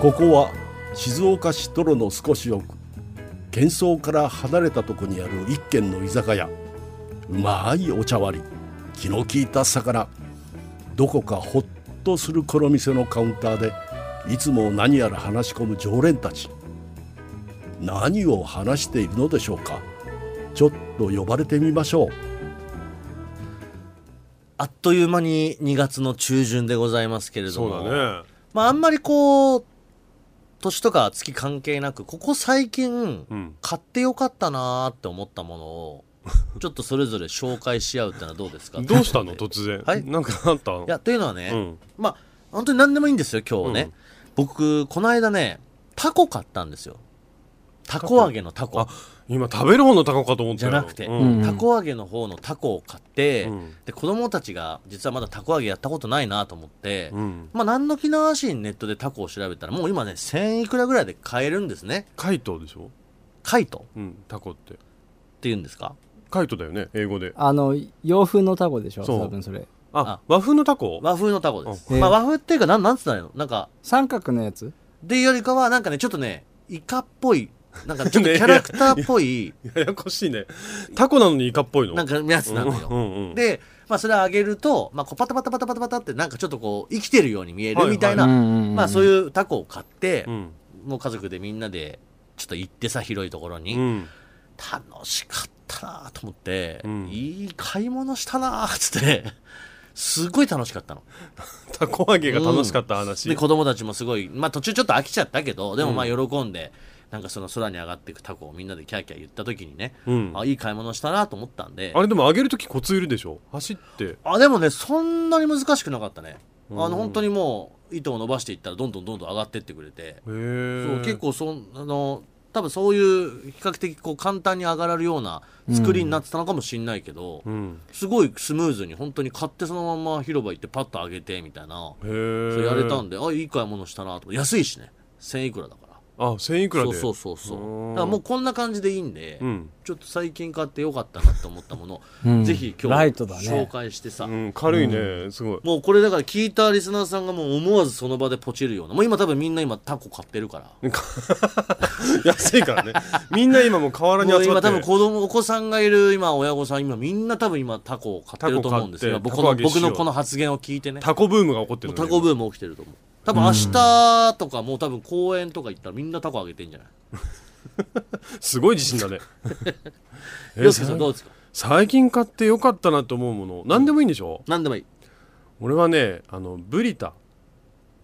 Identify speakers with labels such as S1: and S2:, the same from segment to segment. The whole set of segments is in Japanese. S1: ここは静岡市泥の少し奥喧騒から離れたとこにある一軒の居酒屋うまいお茶割り気の利いた魚どこかほっとするこの店のカウンターでいつも何やら話し込む常連たち何を話しているのでしょうかちょっと呼ばれてみましょう
S2: あっという間に2月の中旬でございますけれど
S3: そう
S2: も
S3: だね
S2: まあ、あんまりこう年とか月関係なくここ最近
S3: うん
S2: 買ってよかったなーって思ったもの をちょっとそれぞれ紹介し合うってのはどうですか
S3: どうした の
S2: い
S3: 突然、
S2: はい
S3: なんかあったの
S2: やというのはね、
S3: うん
S2: まあ本当に何でもいいんですよ今日ね、
S3: うん
S2: 僕この間ねタコ買ったんですよタコ揚げのタコ
S3: あ今食べる方のタコかと思った
S2: じゃ
S3: よ
S2: なくて、
S3: うん
S2: タコ揚げの方のタコを買って、
S3: うん
S2: で子供たちが実はまだタコ揚げやったことないなと思って、
S3: うん
S2: まあ何の気なしにネットでタコを調べたらもう今ね1000いくらぐらいで買えるんですね
S3: カイトでしょ、
S2: カイト
S3: うん、タコって
S2: っていうんですか
S3: カイトだよね英語で
S4: あの洋風のタコでしょ
S3: そう
S4: 多分それ
S3: あ和風のタコ
S2: 和風のタコです、
S4: うん
S2: まあ、和風っていうかなんなんつったらいいのなんか
S4: 三角のやつ
S2: でよりかはなんかねちょっとねイカっぽいなんかちょっとキャラクターっぽ い
S3: ややこしいねタコなのにイカっぽいの
S2: なんかやつなのよ、
S3: うんうんうん
S2: で、まあ、それを揚げると、まあ、こうパタパタパタパタパタってなんかちょっとこう生きてるように見え
S3: はい
S2: る
S3: はい
S2: みたいな、まあ、そう
S4: う
S2: いうタコを買って
S3: う、ん
S2: もう家族でみんなでちょっと行ってさ広いところに、
S3: うん
S2: 楽しかったなと思って、
S3: うん
S2: いい買い物したなっつってすごい楽しかったの
S3: たこ揚げが楽しかった話、
S2: で子供たちもすごい、まあ、途中ちょっと飽きちゃったけどでもまあ
S3: う
S2: 喜んで、なんかその空に上がっていくタコをみんなでキャーキャー言った時にね、
S3: うん、
S2: あいい買い物したなと思ったんで
S3: あれでも揚げる時コツいるでしょ走って
S2: あでもねそんなに難しくなかったねあ
S3: うん
S2: の本当にもう糸を伸ばしていったらどんどんどんどん上がってってくれて
S3: そう
S2: そう結構そんあの多分そういう比較的こう簡単に上がられるような作りになってたのかもしれないけど、
S3: うん
S2: すごいスムーズに本当に買ってそのまま広場行ってパッと上げてみたいな、
S3: へえ
S2: それやれたんであいい買い物したなと思って安いしね1000いくらだから
S3: あ1000いくらで
S2: そうそうそうそ
S3: うー
S2: うんだからもうこんな感じでいいんで、
S3: うん
S2: ちょっと最近買ってよかったなと思ったもの、
S4: ん
S2: ぜひ今
S4: ラ
S2: 日
S4: イトだね
S2: 紹介してさ、
S3: うん、軽いね、すごい
S2: もうこれだから聞いたリスナーさんがもう思わずその場でポチるようなもう今多分みんな今タコ買ってるから
S3: 安いからねみんな今もう河原に
S2: もう
S3: 集ま
S2: 今
S3: って
S2: 多分子供お子さんがいる今親御さん今みんな多分今タコを買ってると思うんですよ
S3: タコ買
S2: 僕
S3: っ
S2: の
S3: てタコ揚げし
S2: 僕
S3: よう
S2: のこの発言を聞いてね
S3: タコブームが起こって
S2: も
S3: る
S2: う
S3: の
S2: タ
S3: ね
S2: コブーム起きてると思う多分明日とかもう多分公園とか行ったらみんなタコあげてんじゃない
S3: すごい自信だねえ
S2: 洋介さんどうですか
S3: 最近買ってよかったなと思うもの何でもいいんでしょ、
S2: 何でもいい
S3: 俺はねあのブリタ、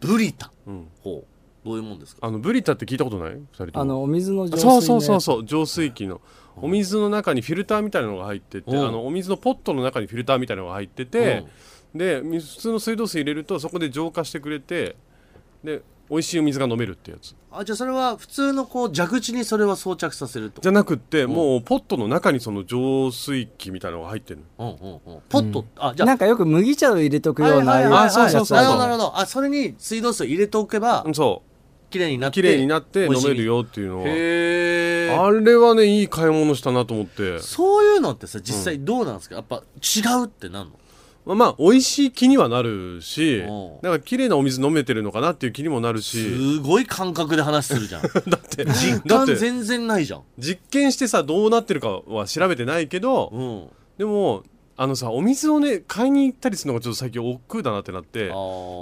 S2: ブリタ
S3: うん、
S2: ほうどういうもんですか
S3: あのブリタって聞いたことない2人とも
S4: あのお水の浄水
S3: そうそうそう
S4: う
S3: そう浄水器のお水の中にフィルターみたいなのが入ってて
S2: うん
S3: あのお水のポットの中にフィルターみたいなのが入っててでみ普通の水道水入れるとそこで浄化してくれてで美味しいお水が飲めるってやつ
S2: あじゃあそれは普通のこう蛇口にそれは装着させるってこ
S3: じゃなくって、もうポットの中にその浄水器みたいなのが入ってるの
S2: とうんうんうんポット、あじゃあ
S4: なんかよく麦茶を入れとくような
S2: はいはいはいはい
S4: ああいうやつ
S3: そうそうそう
S2: なるほ
S4: ある
S2: どな
S4: じゃん
S2: るほどあそれに水道水を入れておけば
S3: うんそ
S2: 綺麗になっ
S3: う
S2: て
S3: 綺麗になって
S2: 美味
S3: 飲
S2: しい
S3: めるよっていうのは
S2: へえ
S3: あれはねいい買い物したなと思って
S2: そういうのってさ実際どうなんですか、やっぱ違うってなんの
S3: まあまあ美味しい気にはなるし
S2: うん
S3: なんか綺麗なお水飲めてるのかなっていう気にもなるし
S2: すごい感覚で話するじゃん
S3: だって
S2: 実
S3: だ
S2: 感
S3: って
S2: 全然ないじゃん
S3: 実験してさどうなってるかは調べてないけど、
S2: うん
S3: でもあのさお水をね買いに行ったりするのがちょっと最近億劫だなってなって自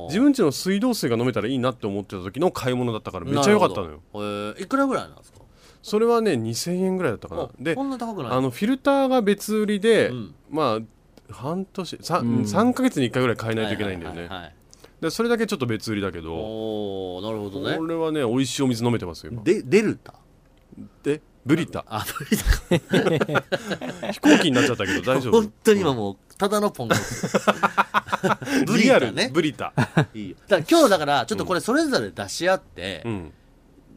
S2: 自
S3: 分ちの水道水が飲めたらいいなって思ってた時の買い物だったからめっちゃ良かったのよ
S2: よへえいくらぐらいなんですか
S3: それはね2000円ぐらいだったかな
S2: あ
S3: で
S2: こんな高くない
S3: あのフィルターが別売りで、
S2: うん
S3: まあ半年 3,
S4: うん
S3: 3ヶ月に1回ぐらい買えないといけないんだよ
S2: は
S3: ね
S2: ははいはい
S3: でそれだけちょっと別売りだけど
S2: おおなるほ
S3: こ
S2: どね
S3: れはね美味しいお水飲めてますよ今
S2: でデルタ
S3: でブリタ
S2: あブリタ
S3: 飛行機になっちゃったけど大丈夫
S2: 本当に今もうただのポンコ ツブリタね
S3: リアルブリタ、
S2: いいよだから今日だからちょっとこれそれぞれ出し合って、
S3: うん、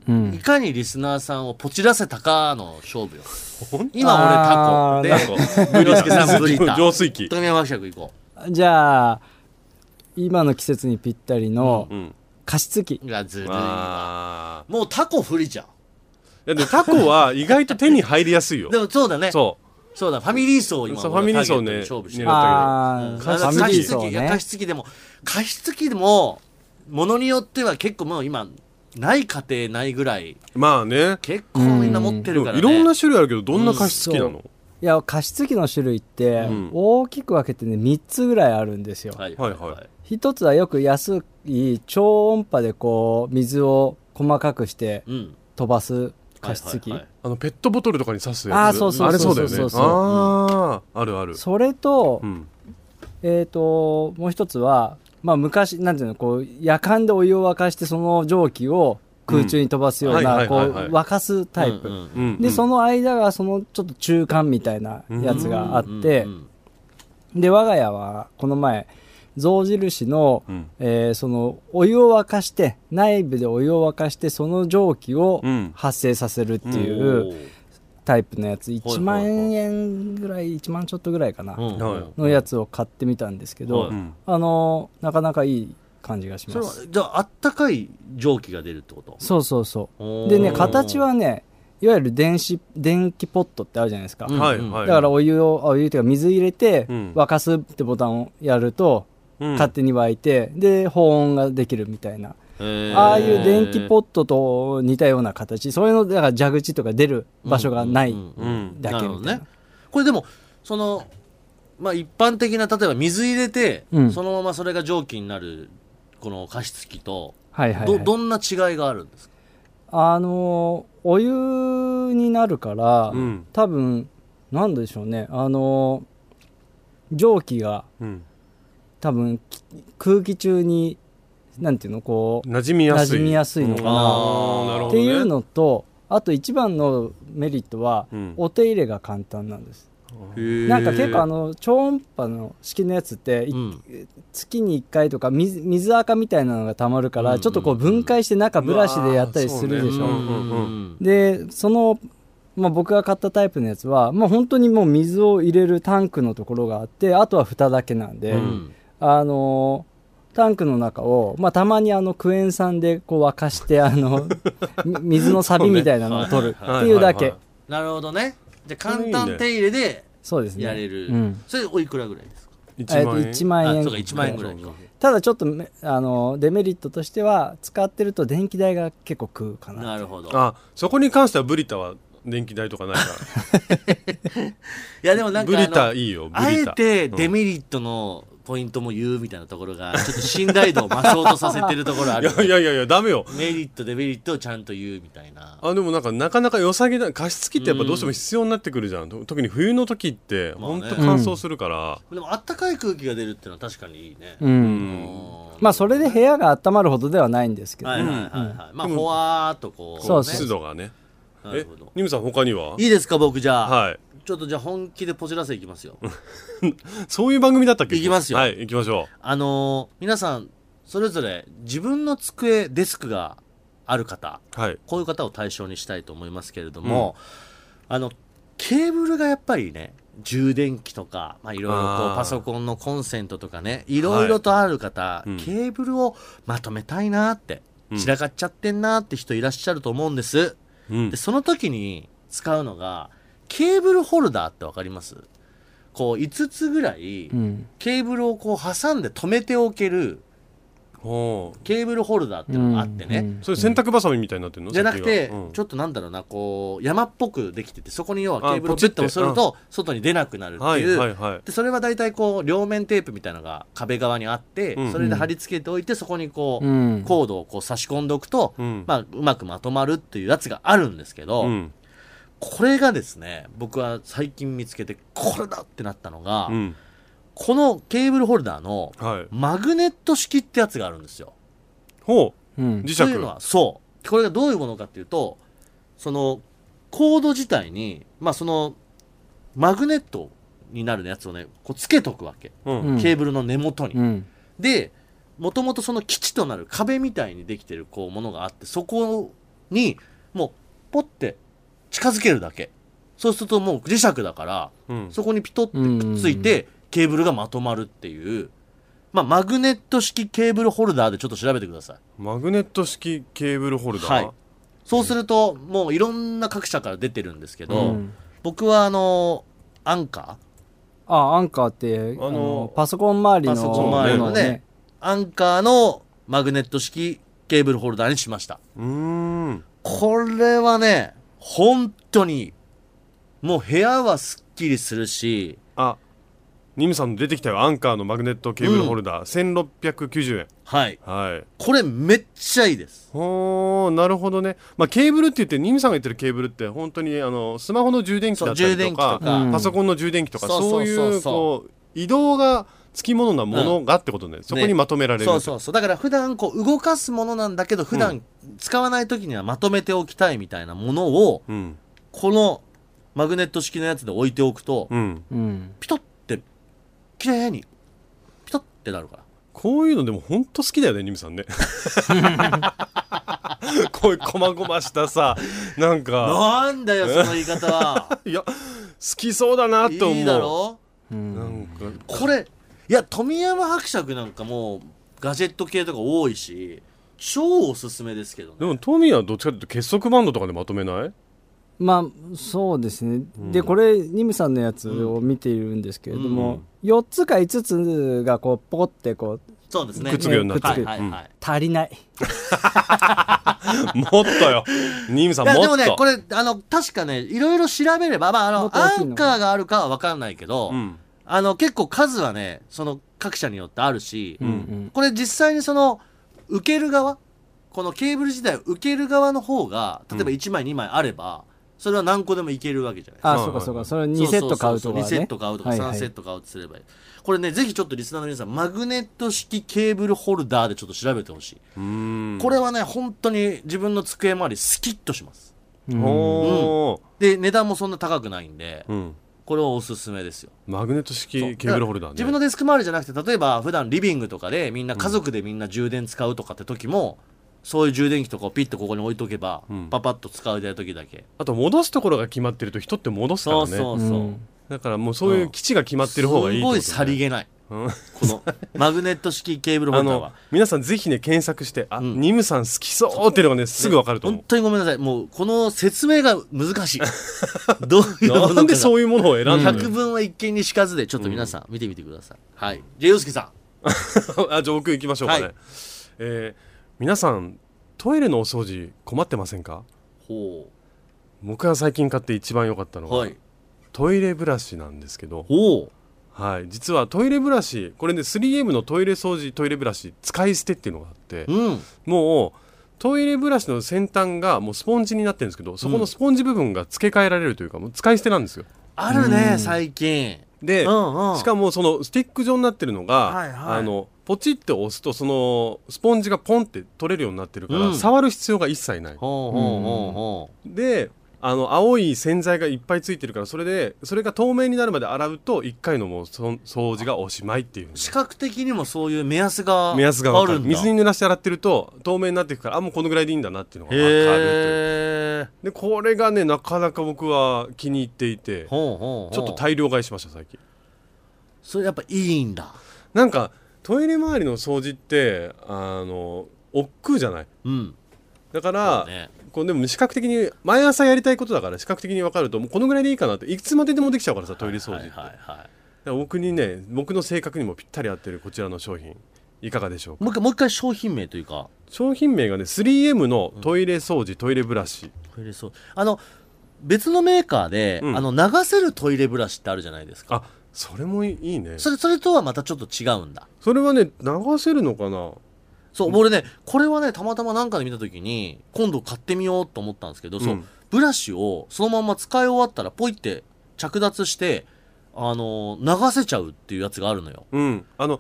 S4: うん
S2: いかにリスナーさんをポチらせたかの勝負よ
S3: 本。
S2: 今俺タコ。で、ブリスケさんブリタ。
S3: 浄水器
S2: 富山伯爵行こ
S4: じゃあ今の季節にぴったりの
S3: うん
S4: 加湿器
S2: う。がずるいわ。
S3: あ
S2: もうタコ不利じゃん。
S3: ーいやでもタコは意外と手に入りやすいよ
S2: でもそうだね。そう
S3: そ
S2: だ、ファミリー層
S3: う
S2: 今。
S3: そうファミリー層ね
S2: 勝負して
S3: 狙
S2: る
S3: っ。
S4: ああ
S2: あの
S4: ファミリー
S2: 加湿
S4: 層
S2: 器いや加
S4: ね
S2: 湿器でも、加湿器でも、ものによっては結構もう今、ない家庭ないぐらい
S3: まあね
S2: 結構みんな持ってるからね
S3: いろんな種類あるけどどんな加湿器なの、
S4: いや加湿器の種類って
S3: うん
S4: 大きく分けてね3つぐらいあるんですよ、
S2: はいは
S3: はいい
S2: は、
S3: はいい
S4: 一つはよく安い超音波でこう水を細かくして
S2: うん
S4: 飛ばす加湿器、
S2: はいはい
S3: あのペットボトルとかに刺すやつ
S4: あーそうそ
S3: あ
S4: うそうそう
S3: れそうだよ
S4: そう
S3: ね
S4: そう
S3: あああるある
S4: それと,、
S3: うん
S4: えー、ともう一つは、まあ、昔なんていうのこう夜間でお湯を沸かしてその蒸気を空中に飛ばすよう
S3: うんは
S4: ないこ
S3: はいうはいはい
S4: 沸かすタイプ、
S2: うんうん
S3: うん
S4: でその間がそのちょっと中間みたいなやつがあって、
S2: うんうん
S4: で我が家はこの前象印の、
S3: うん
S4: えーそのお湯を沸かして内部でお湯を沸かしてその蒸気を
S3: うん
S4: 発生させるって
S2: うん
S4: い
S2: お
S4: う
S2: ー
S4: タイプのやつ
S2: はい
S4: 1万円ぐらい1万ちょっとぐらいかな
S2: うん
S3: はい
S4: のやつを買ってみたんですけど、
S2: はい
S3: うん
S4: あのなかなかいい感じがし
S2: それ
S4: ま
S2: は
S4: す
S2: じゃああったかい蒸気が出るってこと
S4: そうそうそ
S2: お
S4: う
S2: ー
S4: でね形はねいわゆる電子電気ポットってあるじゃないですか、
S2: うん
S3: はいはい
S4: だからお湯をあお湯というか水入れて
S3: うん
S4: 沸かすってボタンをやると
S3: うん
S4: 勝手に沸いて、で保温ができるみたいな、
S2: へー
S4: ああいう電気ポットと似たような形そういうのだから蛇口とか出る場所がない
S2: うんうん
S3: う
S2: うん
S3: ん
S4: だけみた
S2: る
S4: いな,、
S2: ほどねこれでもそのまあ一般的な例えば水入れて、
S4: うん
S2: そのままそれが蒸気になるこの加湿器と、
S4: はいはい、はい、
S2: どどんな違いがあるんですか
S4: あのーお湯になるから、
S3: うん
S4: 多分なんでしょうねあのー蒸気が
S3: うん
S4: 多分き空気中になんていうのこう
S3: 馴染みやすい
S4: 馴染みやすいのかな
S3: うんあーなるほど
S4: っ
S3: ね
S4: ていうのとあと一番のメリットは、
S3: うん
S4: お手入れが簡単なんです
S3: な
S4: な
S3: ん
S4: か結構あ
S3: の
S4: の超音波の式のやつって、い
S2: うん
S4: 月に1回とか水水垢みたいなのがたまるから、
S2: うんうん
S4: ちょっとこう分解して中ブラシでやったりするでしょ、
S3: うわーんうんうん
S4: でその、まあ、僕が買ったタイプのやつは、まあ、本当にもう水を入れるタンクのところがあってあとは蓋だけなんで、
S2: うん
S4: あのータンクの中を、まあ、たまにあのクエン酸でこう沸かしてあ のみ水のサビみたいなのを取るっていうだけ
S2: なるほどねじゃあ簡単手入れで
S4: そうですね
S2: やれる
S4: うん
S2: それおいくらぐらいですか
S4: え
S3: 1
S4: っと
S3: 万円
S4: 1万
S2: あ
S4: 円
S2: そうか1万円ぐらいか
S4: ただちょっとめあのデメリットとしては使ってると電気代が結構食うかな
S2: なるほど
S3: あそこに関してはブリタは電気代とかないか
S2: いやでもな
S3: ら
S2: んか
S3: ブ
S2: あの
S3: リタいいよブ
S2: あ
S3: リ
S2: え
S3: タ
S2: てデメリットのポイントも言うみたいなところがちょっと信頼度を増そうとさせてるところあ
S3: い
S2: る
S3: やいやいやいやダメよ
S2: メリットデメリットをちゃんと言うみたいな
S3: あでもなんかなかなか良さげな加湿器ってやっぱどうしても必要になってくるじゃん、と特に冬の時って
S2: まあね
S3: 本当乾燥するから、
S2: でもあったかい空気が出るっていうのは確かにいいね、
S4: う
S3: うんん
S4: まあそれで部屋が温まるほどではないんですけど
S2: はい
S4: ね、
S2: はいはいはい、まあほわーっとこう、
S4: そうそう
S2: ね
S3: 湿度がね
S2: なる
S3: え
S2: ほど
S3: ニムさん他にはい
S2: いですか僕じゃあ、
S3: はい
S2: ちょっとじゃあ本気でポチらせいきますよ
S3: そういう番組だったっけ
S2: 行きますよ
S3: はい行きましょ
S2: あのー皆さんそれぞれ自分の机デスクがある方
S3: うはい
S2: こういう方を対象にしたいと思いますけれども、あのケーブルがやっぱりね充電器とか、まあ、いろいろこ
S3: あ
S2: う
S3: ー
S2: パソコンのコンセントとかねいろいろとある方、
S3: うん
S2: ケーブルをまとめたいなって
S3: うん
S2: 散らかっちゃってんなって人いらっしゃると思うんです、
S3: うん
S2: でその時に使うのがケーブルホルダーってわかりますこう5つぐらい
S4: うん
S2: ケーブルをこう挟んで止めておける
S3: おー
S2: ケーブルホルダーっていうのがあってね、
S4: うん
S3: それ洗濯バサミみたいになってるの
S2: じゃなくて、
S3: 先がうん
S2: ちょっとなんだろうな、こう、山っぽくできてて、そこに要はケーブルを
S3: あポ
S2: ピ
S3: チ
S2: ッ
S3: って
S2: と押すると、外に出なくなるって
S3: はい
S2: いう、
S3: はいはい
S2: でそれは大体こう、両面テープみたいなのが壁側にあって、
S3: うん
S2: それで貼り付けておいて、そこにこう、
S4: うん
S2: コードをこう差し込んでおくと、
S3: うん
S2: まあ、うまくまとまるっていうやつがあるんですけど、
S3: うん
S2: これがですね、僕は最近見つけて、これだってなったのが、
S3: うん
S2: このケーブルホルダーの
S3: はい
S2: マグネット式ってやつがあるんですよ。
S3: ほ
S4: う
S3: うん磁石
S2: というのはそうこれがどういうものかっていうとそのコード自体にまあそのマグネットになるやつをねこうつけとくわけ、
S3: うん
S4: うん
S2: ケーブルの根元に、
S4: うん
S2: でもともとその基地となる壁みたいにできてるこうものがあってそこにもうポッて近づけるだけそうするともう磁石だから
S3: うん
S2: そこにピトってくっついてケーブルがまとまるっていう、まあ、マグネット式ケーブルホルダーでちょっと調べてください
S3: マグネット式ケーブルホルダー、
S2: はいそうすると、もういろんな各社から出てるんですけ
S4: う
S2: ど、
S4: ん
S2: 僕はあの、アンカ
S4: あアンカーって
S3: の
S4: あのパソコン周りの
S2: パソコン周りのね
S4: ものを
S2: ーアンカーのマグネット式ケーブルホルダーにしました
S3: うーん
S2: これはね本当にいいもう部屋はすっきりするし
S3: あニムさん出てきたよアンカーのマグネットケーブルホルダー、1690円
S2: はい
S3: はい
S2: これめっちゃいいです
S3: ほーなるほどね、まあ、ケーブルって言ってニムさんが言ってるケーブルって本当にあのスマホの充電器だった
S2: そう
S3: り
S2: 充電器
S3: と
S2: と
S3: か
S2: か、
S4: うん
S3: パソコンの充電器とか
S2: そうそ
S3: そうう
S2: そう
S3: い
S2: そう
S3: うこう移動がつきものなものがってことね、そこにまとめられる
S2: そう
S3: う
S2: そうそうだから普段こう動かすものなんだけど普段使わない時にはまとめておきたいみたいなものを
S3: ん
S2: このマグネット式のやつで置いておくと
S3: うん
S4: うん。
S2: ピトって綺麗にピトってなるから
S3: こういうのでも本当好きだよねニ ムさんねこういうこまごましたさなんか
S2: なんだよその言い方 は
S3: いや好きそうだなと思う
S2: いいだろ
S4: うん
S3: なんか
S2: これいや富山伯爵なんかもうガジェット系とか多いし超おすすめですけど
S3: で
S2: ね
S3: もトミーはどっちかというと結束バンドとかでまとめない
S4: まあそうですね、でこれニムさんのやつを見ているんですけれども、4つか5つがこうポコってこう
S2: そうですね
S3: くっつくようになって
S2: はい
S3: る
S2: はいはい、
S4: 足りない
S3: もっとよニムさん
S2: いや
S3: もっ
S2: で
S3: と
S2: もねこれあの確かねいろいろ調べれば、まあ、あ
S4: も
S2: の
S4: っと大
S2: ア
S4: きいの
S2: ンカーがあるかは分かんないけど、
S3: うん
S2: あの結構数はねその各社によってあるし、
S3: うん
S2: これ実際にその受ける側このケーブル自体を受ける側の方が例えば1枚2枚あれば、それは何個でもいけるわけじゃないですか
S4: あ、
S3: はい
S4: そうかそう
S3: は
S4: か
S3: い
S4: それ2セット買うとかね
S2: 2セット買うとか
S4: はいは
S2: 3
S4: い
S2: セット買うとすればいい、これねぜひちょっとリスナーの皆さんマグネット式ケーブルホルダーでちょっと調べてほしい、
S3: うん
S2: これはね本当に自分の机周りスキッとします
S4: うん
S3: おー
S2: で値段もそんな高くないんで、
S3: うん
S2: これはおすすめですよ
S3: マグネット式ケーブルホルダーね
S2: 自分のデスク周りじゃなくて例えば普段リビングとかでみんな家族でみんな充電使うとかって時も、そういう充電器とかをピッとここに置いとけば、
S3: ん
S2: パパッと使う時だけ、
S3: あと戻すところが決まってると人って戻すから
S2: そ
S3: ね
S2: うそうそう、
S4: うん
S3: だからもうそういう基地が決まってる方がいいってことね、
S2: すごいさりげない、このマグネット式ケーブルホ
S3: あ
S2: ルダー
S3: の
S2: は
S3: 皆さんぜひね検索してあ、
S2: ん
S3: ニムさん好きそうっていうのがねすぐわかると
S2: 本
S3: 思
S2: 当にごめんなさいもうこの説明が難 しいどういうもの
S3: うなんでそうういうものを選んだの
S2: 百
S3: よ、
S2: 分は一見にしかずでちょっと皆さん見てみてください、はいじゃあ洋介さ
S3: あじゃあ僕行きましょうかね、
S2: はい
S3: えー皆さんトイレのお掃除困ってませんか
S2: んほ
S3: 僕が最近買って一番良かったの
S2: う
S3: が、
S2: はい
S3: トイレブラシなんですけど、
S2: ほう
S3: はい、実はトイレブラシこれね 3M のトイレ掃除トイレブラシ使い捨てっていうのがあって
S2: うん
S3: もうトイレブラシの先端がもうスポンジになってるんですけどそこのスポンジ部分が付け替えられるというかもう使い捨てなんですよ
S2: あるね、最近
S3: で、
S2: うんうん
S3: しかもそのスティック状になってるのが、
S2: はいはい
S3: あのポチって押すとそのスポンジがポンって取れるようになってるから、
S2: うん
S3: 触る必要が一切ない
S2: ほうほうほうほ
S3: であの青い洗剤がいっぱいついてるからそれでそれが透明になるまで洗うと1回のもうそ掃除がおしまいっていう
S2: う視覚的にもそういう目安が
S3: 目安が
S2: あ
S3: 分か
S2: るん
S3: る
S2: だ
S3: 水に濡らして洗ってると透明になっていくからあもうこのぐらいでいいんだなっていうのが分かるという
S2: へえ
S3: でこれがねなかなか僕は気に入っていて
S2: ほうほうほう
S3: ちょっと大量買いしました最近
S2: それやっぱいいんだ
S3: なんかトイレ周りの掃除ってあの億劫じゃない
S2: うん
S3: だから
S2: そうね
S3: こうでも視覚的に毎朝やりたいことだから視覚的に分かるともうこのぐらいでいいかなっていつまででもできちゃうからさトイレ掃除っ
S2: は
S3: て、
S2: いはいはい
S3: だから僕にね僕の性格にもぴったり合ってるこちらの商品いかがでしょうか
S2: もう一回もう一回商品名というか
S3: 商品名がね 3M のトイレ掃除、トイレブラシ
S2: トイレそうあの別のメーカーで、
S3: うん
S2: あの流せるトイレブラシってあるじゃないですか
S3: あそれもいいいいね
S2: それそれとはまたちょっと違うんだ
S3: それはね流せるのかな
S2: そう、俺ねこれはねたまたまなんかで見た時に今度買ってみようと思ったんですけど、そううんブラシをそのまま使い終わったらポイって着脱してあのー流せちゃうっていうやつがあるのよ
S3: うんあの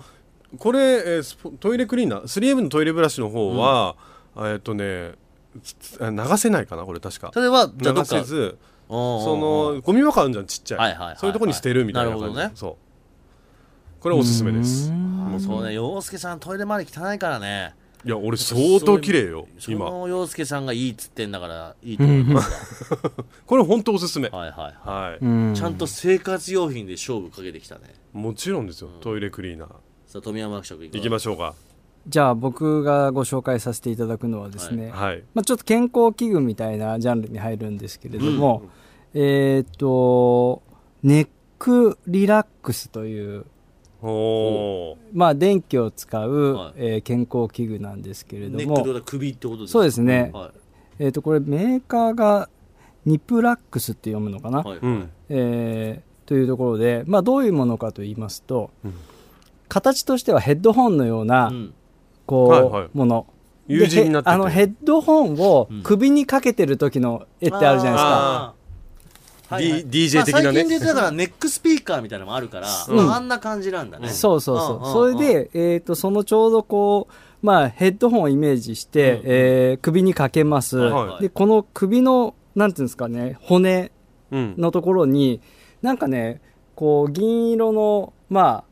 S3: これ、えースポトイレクリーナー 3M のトイレブラシの方は、えーっとねつつ流せないかなこれ確か
S2: それはじゃあど
S3: 流
S2: っか
S3: せず
S2: そ
S3: そのゴミ箱あるじゃんちっちゃい,、
S2: はいはいはいはい
S3: そういうとこに捨てるみたいな感じ
S2: なるほどね
S3: そうこれおすすめです
S2: もうそうね洋介さんトイレ周り汚いからね
S3: いや俺相当綺麗よ
S2: そ
S3: 今
S2: の洋介さんがいいっつってんだからいいと思いますわ
S3: これ本当おすすめは
S2: はいはい
S3: い、
S4: うん
S2: ちゃんと生活用品で勝負かけてきたね
S3: もちろんですよトイレクリーナー
S2: さあ富山伯爵い
S3: 行きましょうか
S4: じゃあ僕がご紹介させていただくのはですね、
S3: はい
S4: まあ、ちょっと健康器具みたいなジャンルに入るんですけれども、えーっとネックリラックスという
S3: おー
S4: まあ、電気を使う、
S2: はい
S4: えー健康器具なんですけれど
S2: ネック
S4: も
S2: で、は首ってことですか
S4: そうですね
S2: は
S4: えー、とこれメーカーがニプラックスって読むのかな、
S2: い。はい。
S3: うん
S4: えーというところで、まあ、どういうものかと言いますと、
S3: うん
S4: 形としてはヘッドホンのような、
S2: うん
S4: こう、
S3: はいはい
S4: もので
S3: 友人になってて
S4: へあのヘッドホンを
S2: うん
S4: 首にかけてる時の絵ってあるじゃないですか、
S3: あ
S2: あーはいはい
S3: D- DJ 的
S2: ま
S3: なね
S2: あ最近で言うとだからネックスピーカーみたいなのもあるから、
S4: うん
S2: まあ、あんな感じなんだね。
S4: そうそうそう。
S2: うんうんうん
S4: それで、えっ、と、そのちょうどこう、まあ、ヘッドホンをイメージして、
S2: うんうん
S4: えー首にかけます、
S3: はい
S2: はい
S4: で、この首の、なんていうんですかね、骨
S3: うん
S4: のところに、なんかね、こう、銀色の、ま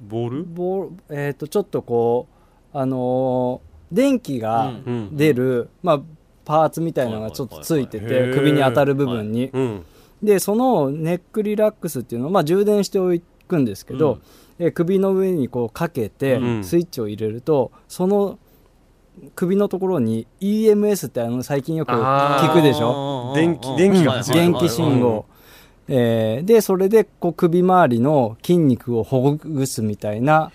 S3: ボー
S4: あ、
S3: ル
S4: ぼえっ、と、ちょっとこう、あのー電気が
S2: うん
S4: 出る、まあ、パーツみたいなのがちょっとついて
S3: はいはいはい
S4: て、
S3: はい
S4: 首に当たる部分に。
S3: うん
S4: でそのネックリラックスっていうのを、まあ、充電しておくんですけど、えー首の上にこうかけて
S3: うん
S4: スイッチを入れると、その首のところに EMS ってあの最近よく
S3: あー
S4: 聞くでしょ
S2: うんうんうん
S3: 電気電気が走る
S4: 電気信
S3: はいはい
S4: 号、えーでそれでこう首周りの筋肉をほぐすみたいな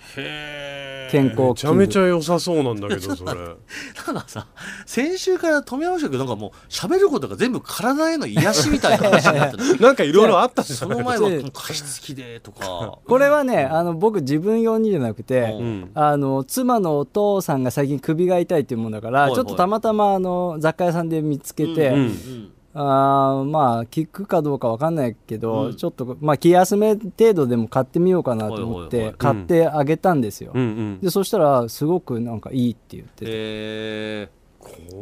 S4: 健康
S3: め
S4: 器
S3: ちゃめち
S4: 具
S3: ゃ良さそうなんだ けどそれ
S2: なんかさ、先週から富山社君なんかもう喋ることが全部体への癒しみたいな話になって る。
S3: なんかいろいろあったんです
S2: そ
S3: よ
S2: の前はもう加湿器でとか。
S4: これはねあの僕自分用にじゃなくて、
S2: うん
S3: うん
S4: あの妻のお父さんが最近首が痛いっていうもんだから、
S2: はいはい
S4: ちょっとたまたまあの雑貨屋さんで見つけて、
S2: うんうん
S4: あーまあ聞くかどうかわかんないけ
S2: う
S4: ど、
S2: ん
S4: ちょっと、まあ、気休め程度でも買ってみようかなと思っ
S2: はいはい
S4: て
S2: はい
S4: 買ってあげたんですよ、
S3: うんうん
S4: でそしたらすごくなんかいいって言ってて、
S2: え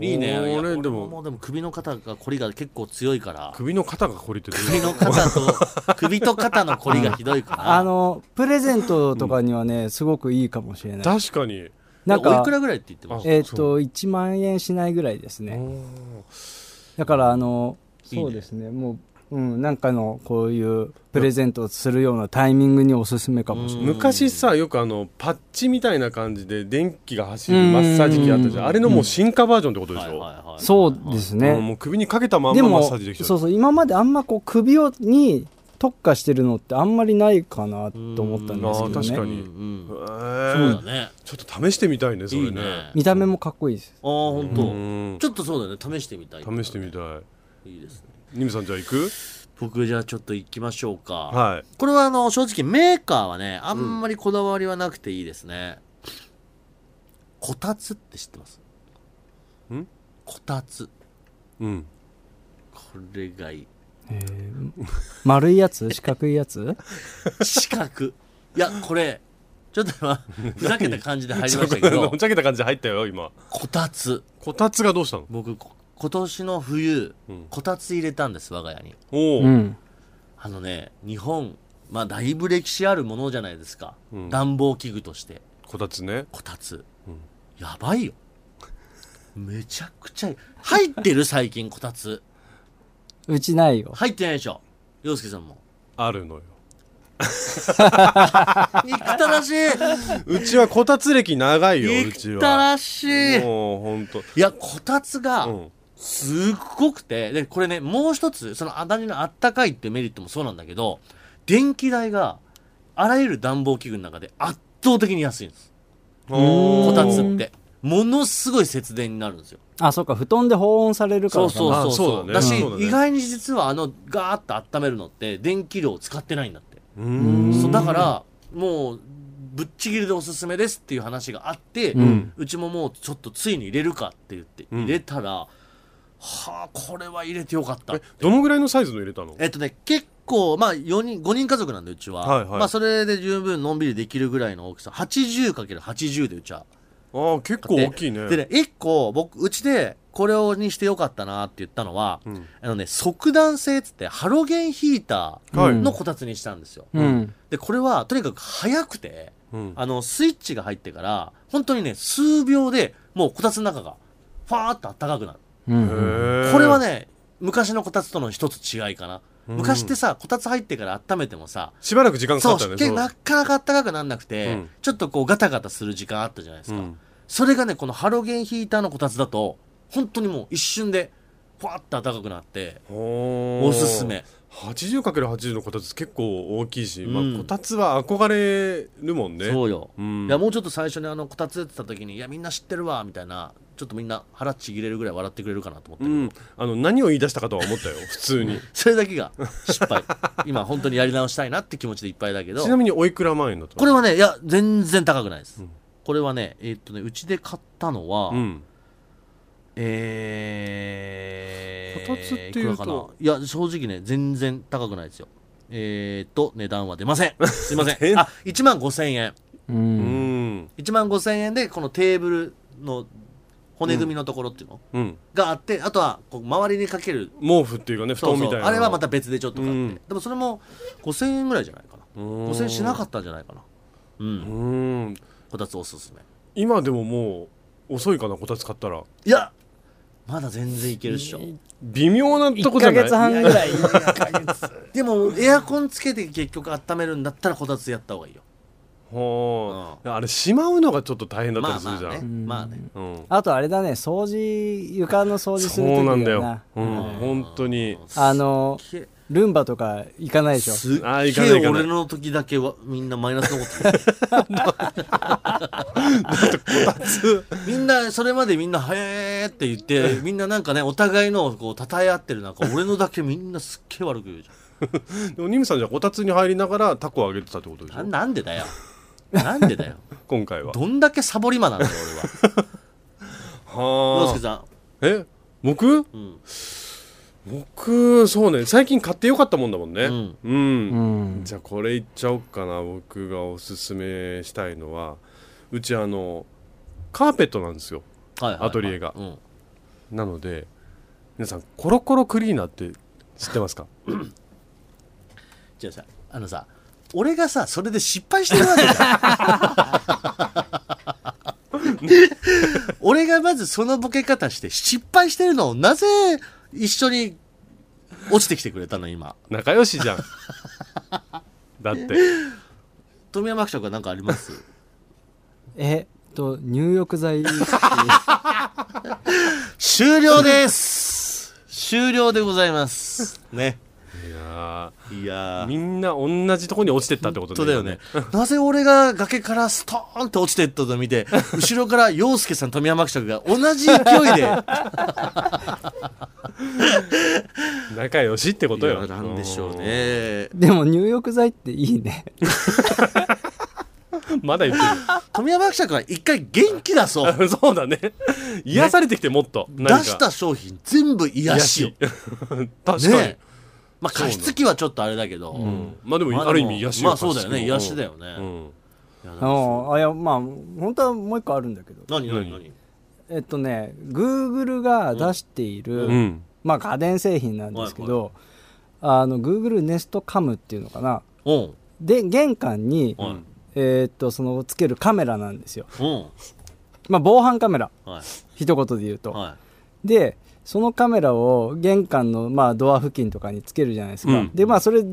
S2: ー、いいね。いや
S3: これ
S2: 俺
S3: で
S2: も
S3: も
S2: でも首の肩が凝りが結構強いから。
S3: 首の肩が凝りってどうい
S2: 首
S3: う
S2: の肩と、首と肩の凝りがひどいから。
S4: あのプレゼントとかにはねすごくいいかもしれない、
S3: 確かに
S4: なん
S2: おい
S4: か
S2: くらぐらいって言ってました
S4: えっ、
S3: そ
S4: と1万円しないぐらいですね、
S3: お
S4: だからあの
S2: いいね
S4: そうですねもう、うん、なんかのこういうプレゼントをするようなタイミングにおすすめかもし
S2: う
S4: れなんい、
S3: 昔さよくあのパッチみたいな感じで電気が走るマッサージ機あったじゃ
S4: うん
S3: んあれのもう進化バージョンってことでし
S2: はいはい
S3: ょ
S2: はいはい
S4: そうですね、
S3: うんもう首にかけたまん
S4: で
S3: まマ
S4: も
S3: ッサージできちゃ
S4: そうそう今まであんまこう首をに特化してるのってあんまりないかなと思ったんですけ
S3: あ
S4: ど
S3: ー確
S4: ね
S3: かに
S2: うんうん
S3: う
S2: そう
S3: ん
S2: だね。
S3: ちょっと試してみたいねそ
S2: い
S3: れ
S2: いね。
S3: ね
S4: 見た目もかっこいいです
S2: ああ、本当、
S3: うん
S2: ちょっとそうだね。試してみたい。
S3: 試してみたい
S2: いいですね。
S3: ニムさんじゃあ行く
S2: 僕じゃあちょっと行きましょうか。
S3: はい
S2: これはあの、正直メーカーはね、あんまりこだわりはなくていいですね。こたつって知ってます
S3: ん
S2: こたつ。
S3: うん
S2: これがいい。
S4: えー丸いやつ四角いやつ
S2: 四角。いや、これ、ちょっと 今、ふざけた感じで入り
S3: ち
S2: ま
S3: ょっ
S2: した
S3: と
S2: け
S3: お
S2: ど
S3: ち、ゃけた感じで入ったよ今
S2: こたつ。
S3: こたつがどうしたの
S2: 僕、こ今年の冬、
S3: うん
S2: こたつ入れたんです、我が家に。
S3: おお、
S4: うん
S2: あのね、日本、まあ、だいぶ歴史あるものじゃないですか。
S3: うん
S2: 暖房器具として、
S3: こたつね
S2: こたつ。
S3: うん
S2: やばいよ。めちゃくちゃいい、入ってる最近、こたつ。
S4: うちないよ
S2: 入ってないでしょ。洋介さ んも。
S3: あるのよ
S2: 憎たらしい。
S3: うちはこたつ歴長いようち
S2: 憎た
S3: は
S2: らしい。
S3: もうほんと
S2: いや、こたつが
S3: う、ん
S2: すっごくて、で、これね、もう一つ、そのあだにのあったかいってメリットもそうなんだけど、電気代が、あらゆる暖房器具の中で圧倒的に安いんです。
S3: お
S2: こ
S3: ー
S2: たつって。ものすごい節電になるんですよ。
S4: あそうか布団で保温されるか
S2: そ
S4: ら
S2: う
S4: かな
S2: そうそうそう
S3: あそうだね
S2: だし、
S3: そうだね
S2: 意外に実はあの、ガーッと温めるのって、電気量を使ってないんだって。
S3: う
S4: うん
S2: そうだから、もう、ぶっちぎりでおすすめですっていう話があって、う
S4: うん
S2: ちももうちょっとついに入れるかって言って、
S3: うん
S2: 入れたら、はあ、これは入れてよかった
S3: え。どのぐらいのサイズの入れたの
S2: えっとね、結構、まあ、4人、5人家族なんで、うちは。
S3: はいはい
S2: まあ、それで十分のんびりできるぐらいの大きさ。80×80 で、うちは。
S3: あー結構大きいね
S2: でね、1個、僕、うちで、これをにしてよかったなって言ったのは、
S3: うん
S2: あのね、即暖性っつって、ハロゲンヒータ
S3: は
S2: ー
S3: い
S2: のこたつにしたんですよ。
S4: うん
S2: で、これは、とにかく早くて、
S3: うん
S2: あの、スイッチが入ってから、本当にね、数秒で、もうこたつの中が、ファーっと暖かくなる。
S4: うん
S3: へー
S2: これはね、昔のこたつとの一つ違いかな。
S3: うん
S2: 昔ってさ、こたつ入ってから温めてもさ、
S3: しばらく時間か
S2: そ
S3: か
S2: う、
S3: ったよね
S2: 結
S3: そ
S2: 構
S3: う
S2: なかなか暖かくなんなくて、
S3: うん
S2: ちょっとこうガタガタする時間あったじゃないですか。
S3: うん
S2: それがね、このハロゲンヒーターのこたつだと、本当にもう一瞬で、ふわっと暖かくなって、
S3: おー
S2: おすすめ。
S3: 80×80 のこたつ結構大きいし、
S2: うん
S3: まあ、こたつは憧れるもんね
S2: そうよ、
S3: うん
S2: いやもうちょっと最初にあのこたつ出てた時に「いやみんな知ってるわ」みたいなちょっとみんな腹ちぎれるぐらい笑ってくれるかなと思って
S3: う
S2: る、
S3: ん、あの何を言い出したかとは思ったよ普通に
S2: それだけが失敗今本当にやり直したいなって気持ちでいっぱいだ けど
S3: ちなみにおいくら万円だったの
S2: これはねいや全然高くないです、これはねえーっとねうちで買ったのは、
S3: うん
S2: えー、
S3: こたつっていう
S2: く
S3: と
S2: らかないや正直ね全然高くないですよえー、っと値段は出ま せんすいませ
S3: 出
S2: ん
S3: な
S2: あ1万5000円
S4: う。
S3: うんん
S2: 1万5000円でこのテーブルの骨組みのところっていうの、
S3: うん
S2: があってあとはこう周りにかける
S3: 毛布っていうかね布
S2: そう
S3: 団み
S2: そう
S3: たいな
S2: あれはまた別でちょっと買って、
S3: うん
S2: でもそれも5000円ぐらいじゃないかな5000円しなかったんじゃないかなうん、
S3: うん
S2: こたつおすすめ
S3: 今でももう遅いかなこたつ買ったら
S2: いやまだ全然いけるっしょ
S3: 微妙なと
S4: 1
S3: こじゃ
S4: ヶ
S3: ない
S4: 月半ぐらい。
S2: でもエアコンつけて結局温めるんだったらこたつやった方がいいよ
S3: はああれしまうのがちょっと大変だった
S2: ま
S3: り
S2: あ
S3: する
S2: ま
S3: じゃん、
S2: あねまあね
S3: うん、
S4: あとあれだね、掃除、床の掃除す
S3: そ
S4: ると
S3: う
S4: き
S3: なんだ
S4: だよ
S3: よ
S4: な、。
S3: うん、本当に
S4: あの、
S2: すっげ
S4: ルンバとか行かない
S2: え
S4: でしょ。
S2: すっげ
S3: あーいかないいか
S2: え
S3: ない
S2: 俺の時だけはみんなマイナスのこと言う みんなそれまでみんな「へえ」って言ってみんななんかねお互いのをこう称え合ってる中 俺のだけみんなすっげえ悪く言うじ
S3: でもニムさんじゃあこたつに入りながらタコをあげてたってことでし
S2: ゃ
S3: ょ
S2: んななんでだよなんでだよ
S3: 今回は
S2: どんだけサボり魔なんだよ俺は洋
S3: は
S2: 介さん
S3: え僕、
S2: ん
S3: 僕そうね最近買ってよかったもんだもんね
S2: うん
S3: うん
S4: うん。
S3: じゃあこれいっちゃおうかな僕がおすすめしたいのはうちあのカーペットなんですよ
S2: はいはいはい
S3: アトリエが
S2: うん
S3: なので皆さんコロコロクリーナーって知ってますか
S2: じゃあさあのさ俺がさそれで失敗してるわけだ 俺がまずそのボケ方して失敗してるのをなぜ一緒に落ちてきてくれたの今
S3: 仲良しじ ゃんだって
S2: 富山伯爵は何かあります
S4: えっと、入浴剤。
S2: 終了です終了でございますね
S3: いや
S2: いや
S3: ー
S2: ー
S3: みんな同じとこに落ちてったってこと
S2: 本当だよね。なぜ俺が崖からストーンって落ちていったのを見て、後ろから洋介さん、富山伯爵が同じ勢い で
S3: 今ね仲良しってことよ
S2: いやなんでしょうね。
S4: でも入浴剤っていいね。
S3: うんまだ言ってる
S2: 富山伯爵は一回元気だそう。
S3: そうだね。癒されてきてもっと。
S2: 出した商品全部癒しよ。。
S3: 確かに。
S2: ねえ。まあ加湿器はちょっとあれだけど。
S3: うんまあで
S2: ま
S3: も、
S2: で
S3: ある意味癒しよ
S2: まあそうだよね。癒しだ。よ
S3: 確か
S2: ね。
S3: にうん
S2: いやだ
S4: あ
S2: から
S4: のあいや、まあ、本当はもう一個あるんだけど。
S2: 何何何
S4: えっとね、Google が出している、
S3: うん。
S4: まあ家電製品なんですけど、あの、Google Nest Cam っていうのかな。
S2: うん。
S4: で、玄関に、
S2: はい。
S4: えーっと、その、つけるカメラなんですよ。
S2: うん。
S4: まあ、防犯カメラ。
S2: はい。
S4: 一言で言うと。
S2: は
S4: で、そのカメラを玄関の、まあ、ドア付近とかにつけるじゃないですか。
S3: うん
S4: で、まあ、それ、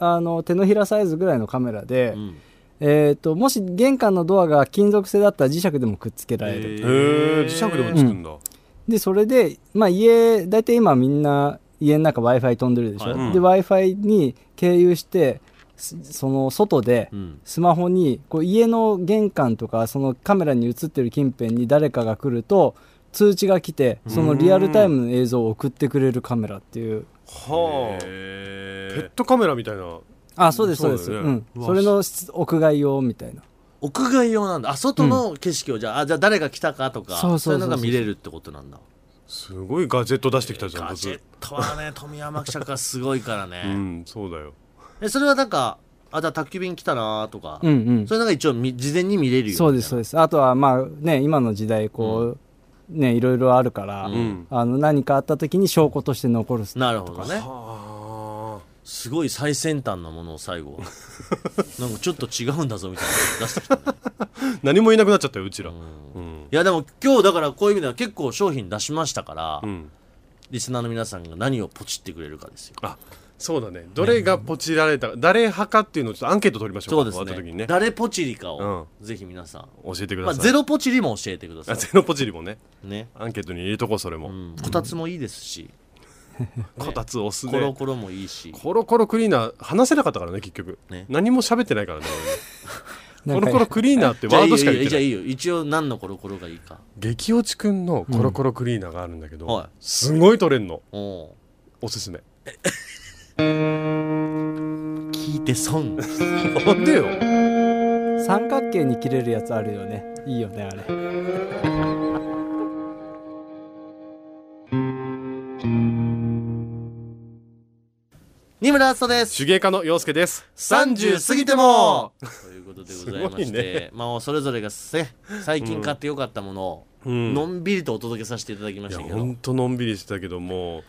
S4: あの、手のひらサイズぐらいのカメラで、
S2: い。うん。
S4: えーっと、もし玄関のドアが金属製だったら磁石でもくっつけられる。
S3: へえ、磁石でもつくんだ。
S4: でそれで、まあ、家大体今みんな家の中 w i f i 飛んでるでし
S2: は
S4: ょ、
S2: い
S3: うん
S4: で w i f i に経由してすその外で
S2: うん。
S4: スマホにこう家の玄関とかそのカメラに映ってる近辺に誰かが来ると通知が来てそのリアルタイムの映像を送ってくれるカメラっていう
S3: はあ。ペッ
S2: へー
S3: トカメラみたいな。
S4: あそうですそうです
S3: そう
S4: う,、
S3: だよね
S4: ん
S3: うわ
S4: それの室屋外用みたいな
S2: 屋外用なんだ。あ、外の景色を、じゃあ、あじゃあ誰が来たかとか、
S4: そうそうそうそう
S2: いのが見れるってことなんだ。
S3: すごいガジェット出してきたじゃん、
S2: ガ
S3: 僕
S2: ジェットはね、富山記者がすごいから
S3: う
S2: ね。
S3: ん、そうだよ。
S2: え、それはなんか、あ、じゃあ宅急便来たなとか、
S4: うんうん
S2: それなんか一応み事前に見れるよ
S4: そうですそう
S2: う
S4: ですあとはまあね今の時代こう、ねいろいろあるから、
S3: うん。
S4: あの何かあった時に証拠として残る
S2: なるほどね
S3: は
S2: すごい最先端なものを最後 なんかちょっと違うんだぞみたいなの出してきたね
S3: あ。何もいなくなっちゃったよ、うちら。
S2: う
S3: うんん。
S2: いやでも今日だからこういう意味では結構商品出しましたから、
S3: うん。
S2: リスナーの皆さんが何をポチってくれるかですよ
S3: あ、そうだね。どれがポチられた、誰派かっていうのをちょっとアンケート取りましょ
S2: そうう
S3: か。
S2: です
S3: 終わった時に
S2: ね
S3: ね。
S2: 誰ポチリかを、ぜひ皆さん、
S3: 教えてく
S2: まあ、
S3: ださい。
S2: ゼロポチリも教えてくださ
S3: あゼロポチリもね
S2: いね、
S3: アンケートに入れとこうそれ
S2: う
S3: も、
S2: ん、こたつもいいですし
S3: こたつをす
S2: コロ
S3: で
S2: コロもいいし
S3: コロコロクリーナー話せなかったからね結局
S2: ね
S3: 何も喋ってないからね俺
S4: なん
S3: ねコ
S4: か
S3: ロコロクリーナーって
S2: じゃ
S3: ワ
S2: あ
S3: ー
S2: いい
S3: ド
S2: よ
S3: しか言って
S2: じゃ
S3: な
S2: あ
S3: い
S2: いいよ一応何のコロコロがいいか
S3: 激落ちくんのコロコロクリーナーがあるんだけど、
S2: うんはい
S3: すごい取れんの
S2: おう
S3: おすすめ
S2: 聞いて 損
S3: なんでよ
S4: 三角形に切れるやつあるよねいいよねあれ
S2: 二村敦です
S3: 手芸家の陽介です
S2: 30過ぎてもということでございまし
S3: すごいね
S2: て、まあそれぞれがね最近買ってよかったものを
S3: うん
S2: のんびりとお届けさせていただきま
S3: い
S2: し
S3: や
S2: たけど、
S3: ほんとのんびりしてたけども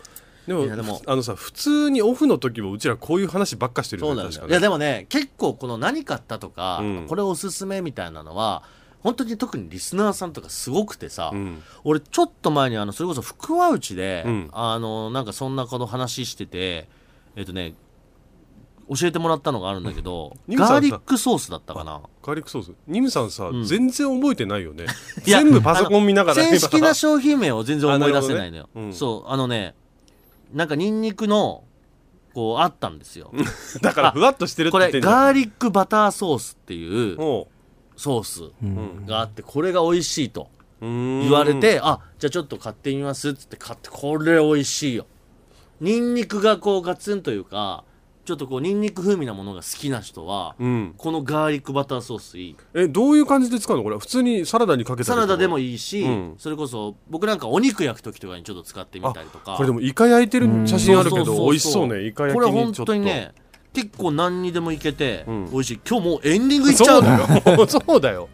S3: でも
S2: いやでも
S3: あのさ普通にオフの時もうちらこういう話ばっかしてる
S2: そ
S3: よ
S2: う
S3: ね
S2: なんだよ、
S3: 確
S2: いや
S3: かね
S2: でもね結構この何買ったとか、
S3: うん
S2: これおすすめみたいなのは本当に特にリスナーさんとかすごくてさ、
S3: うん
S2: 俺ちょっと前にあのそれこそ福和内で、
S3: うん
S2: あのなんかそんなこの話しててえっとね教えてもらったのがあるんだけど、
S3: うん
S2: ガーリックソースだったかな
S3: ガーリックソースニムさんさ、
S2: うん
S3: 全然覚えてないよね
S2: いや
S3: 全部パソコン見ながら
S2: 正式な
S3: 今
S2: 商品名を全然思い出せないのよ。
S3: あなるほどねうん
S2: そう、あのね、なんかニンニクの、こう、あったんですよ。
S3: だからふわっとしてるって
S2: こ
S3: 言って
S2: れ、
S3: んじゃん
S2: ガーリックバターソースっていう
S3: おう
S2: ソー
S4: う
S2: ス
S4: ん
S3: うん
S2: があって、これが美味しいと
S3: うーん
S2: 言われて、あ、じゃあちょっと買ってみますっつって買って、これ美味しいよ。ニンニクがこうガツンというか、ちょっとこうニンニク風味なものが好きな人は、
S3: うん
S2: このガーリックバターソースいい。
S3: えどういう感じで使うのこれ普通にサラダにかけたりと
S2: サ
S3: か
S2: ラダでもいいし、
S3: うん
S2: それこそ僕なんかお肉焼く時とかにちょっと使ってみたりとか。
S3: これでもイカ焼いてる写真あるけ
S2: そうそうそうそ
S3: ど
S2: う
S3: 美味しそうねイカ焼
S2: こ
S3: き
S2: れ
S3: にちょ
S2: 本
S3: っと
S2: 当にね結構何にでもいけて
S3: うん
S2: 美味しい、今日もうエンディングいっちゃ
S3: そうう
S2: の
S3: だ
S2: だ
S3: よ そうだよ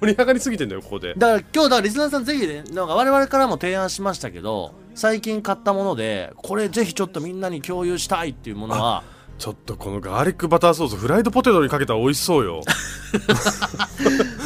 S3: 盛り上がりすぎてんだよここで
S2: から今日だからリスナーさんぜひねなんか我々からも提案しましたけど最近買ったものでこれぜひちょっとみんなに共有したいっていうものは
S3: ちょっとこのガーリックバターソースフライドポテトにかけたら美味しそうよ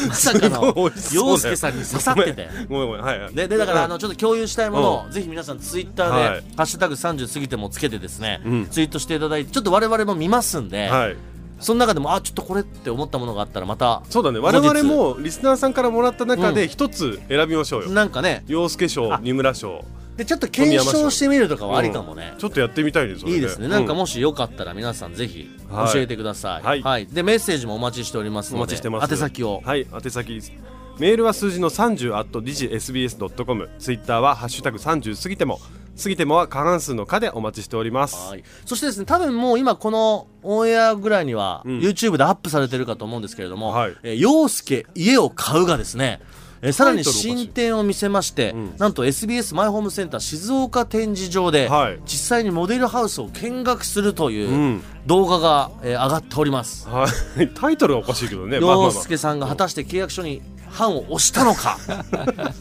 S2: まさかの
S3: すごい美味しそうだよ
S2: 洋介さんに刺さってて。
S3: ごめんごめんはいはい
S2: ででだからあのちょっと共有したいものをぜひ皆さんツイッターで
S3: はい
S2: 「ハッシュタグ #30 過ぎても」つけてですね、
S3: うん
S2: ツイートしていただいてちょっと我々も見ますんで、
S3: はい
S2: その中でもあちょっとこれって思ったものがあったらまた
S3: そうだね我々もリスナーさんからもらった中で一つ選びましょうよ、
S2: なんかね
S3: 洋介賞二村賞
S2: でちょっと検証してみるとかはありかもね、
S3: ちょっとやってみたいです
S2: いいですねなんか
S3: う
S2: もしよかったら皆さんぜひ
S3: はい
S2: 教えてください、
S3: はい
S2: でメッセージもお待ちしておりますので
S3: お待ちしてます
S2: 宛先を
S3: はい宛先ですメールは数字の30 at digisbs.com ツイッターは「ハッシュタグ #30 過ぎても」過ぎてもは過半数の「か」でお待ちしております
S2: はいそしてですね多分もう今このオンエアぐらいには
S3: うん
S2: YouTube でアップされてるかと思うんですけれども
S3: はい
S2: 「えー陽介家を買う」がですねえーさらに
S3: タイトルおかしい
S2: 進展を見せまして、
S3: ん
S2: なんと SBS マイホームセンター静岡展示場で、
S3: はい
S2: 実際にモデルハウスを見学すると
S3: う
S2: いうん動画が、えー上がっております。
S3: はい、 タイトルはおかしいけどねまあまあ
S2: 洋
S3: まあ
S2: 介さんが果たして契約書に判を押したの か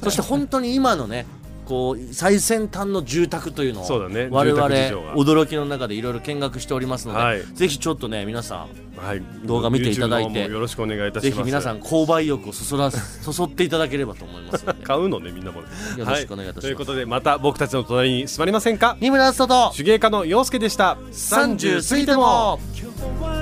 S2: そして本当に今のねこう最先端の住宅というのを
S3: そうだね
S2: 我々
S3: 住宅事情が
S2: 驚きの中でいろいろ見学しておりますので、
S3: はい
S2: ぜひちょっとね皆さん
S3: はい、
S2: 動画見ていただいて
S3: YouTube の方もよろしくお願いいたします
S2: ぜひ皆さん購買意欲をそそらそそっていただければと思いますの で
S3: 買うのねみんなもね
S2: よろしくお願いいたします
S3: はということでまた僕たちの隣に座りませんか
S2: 二村敦人と
S3: 手芸家の陽介でした
S2: 30過ぎても
S5: 今日は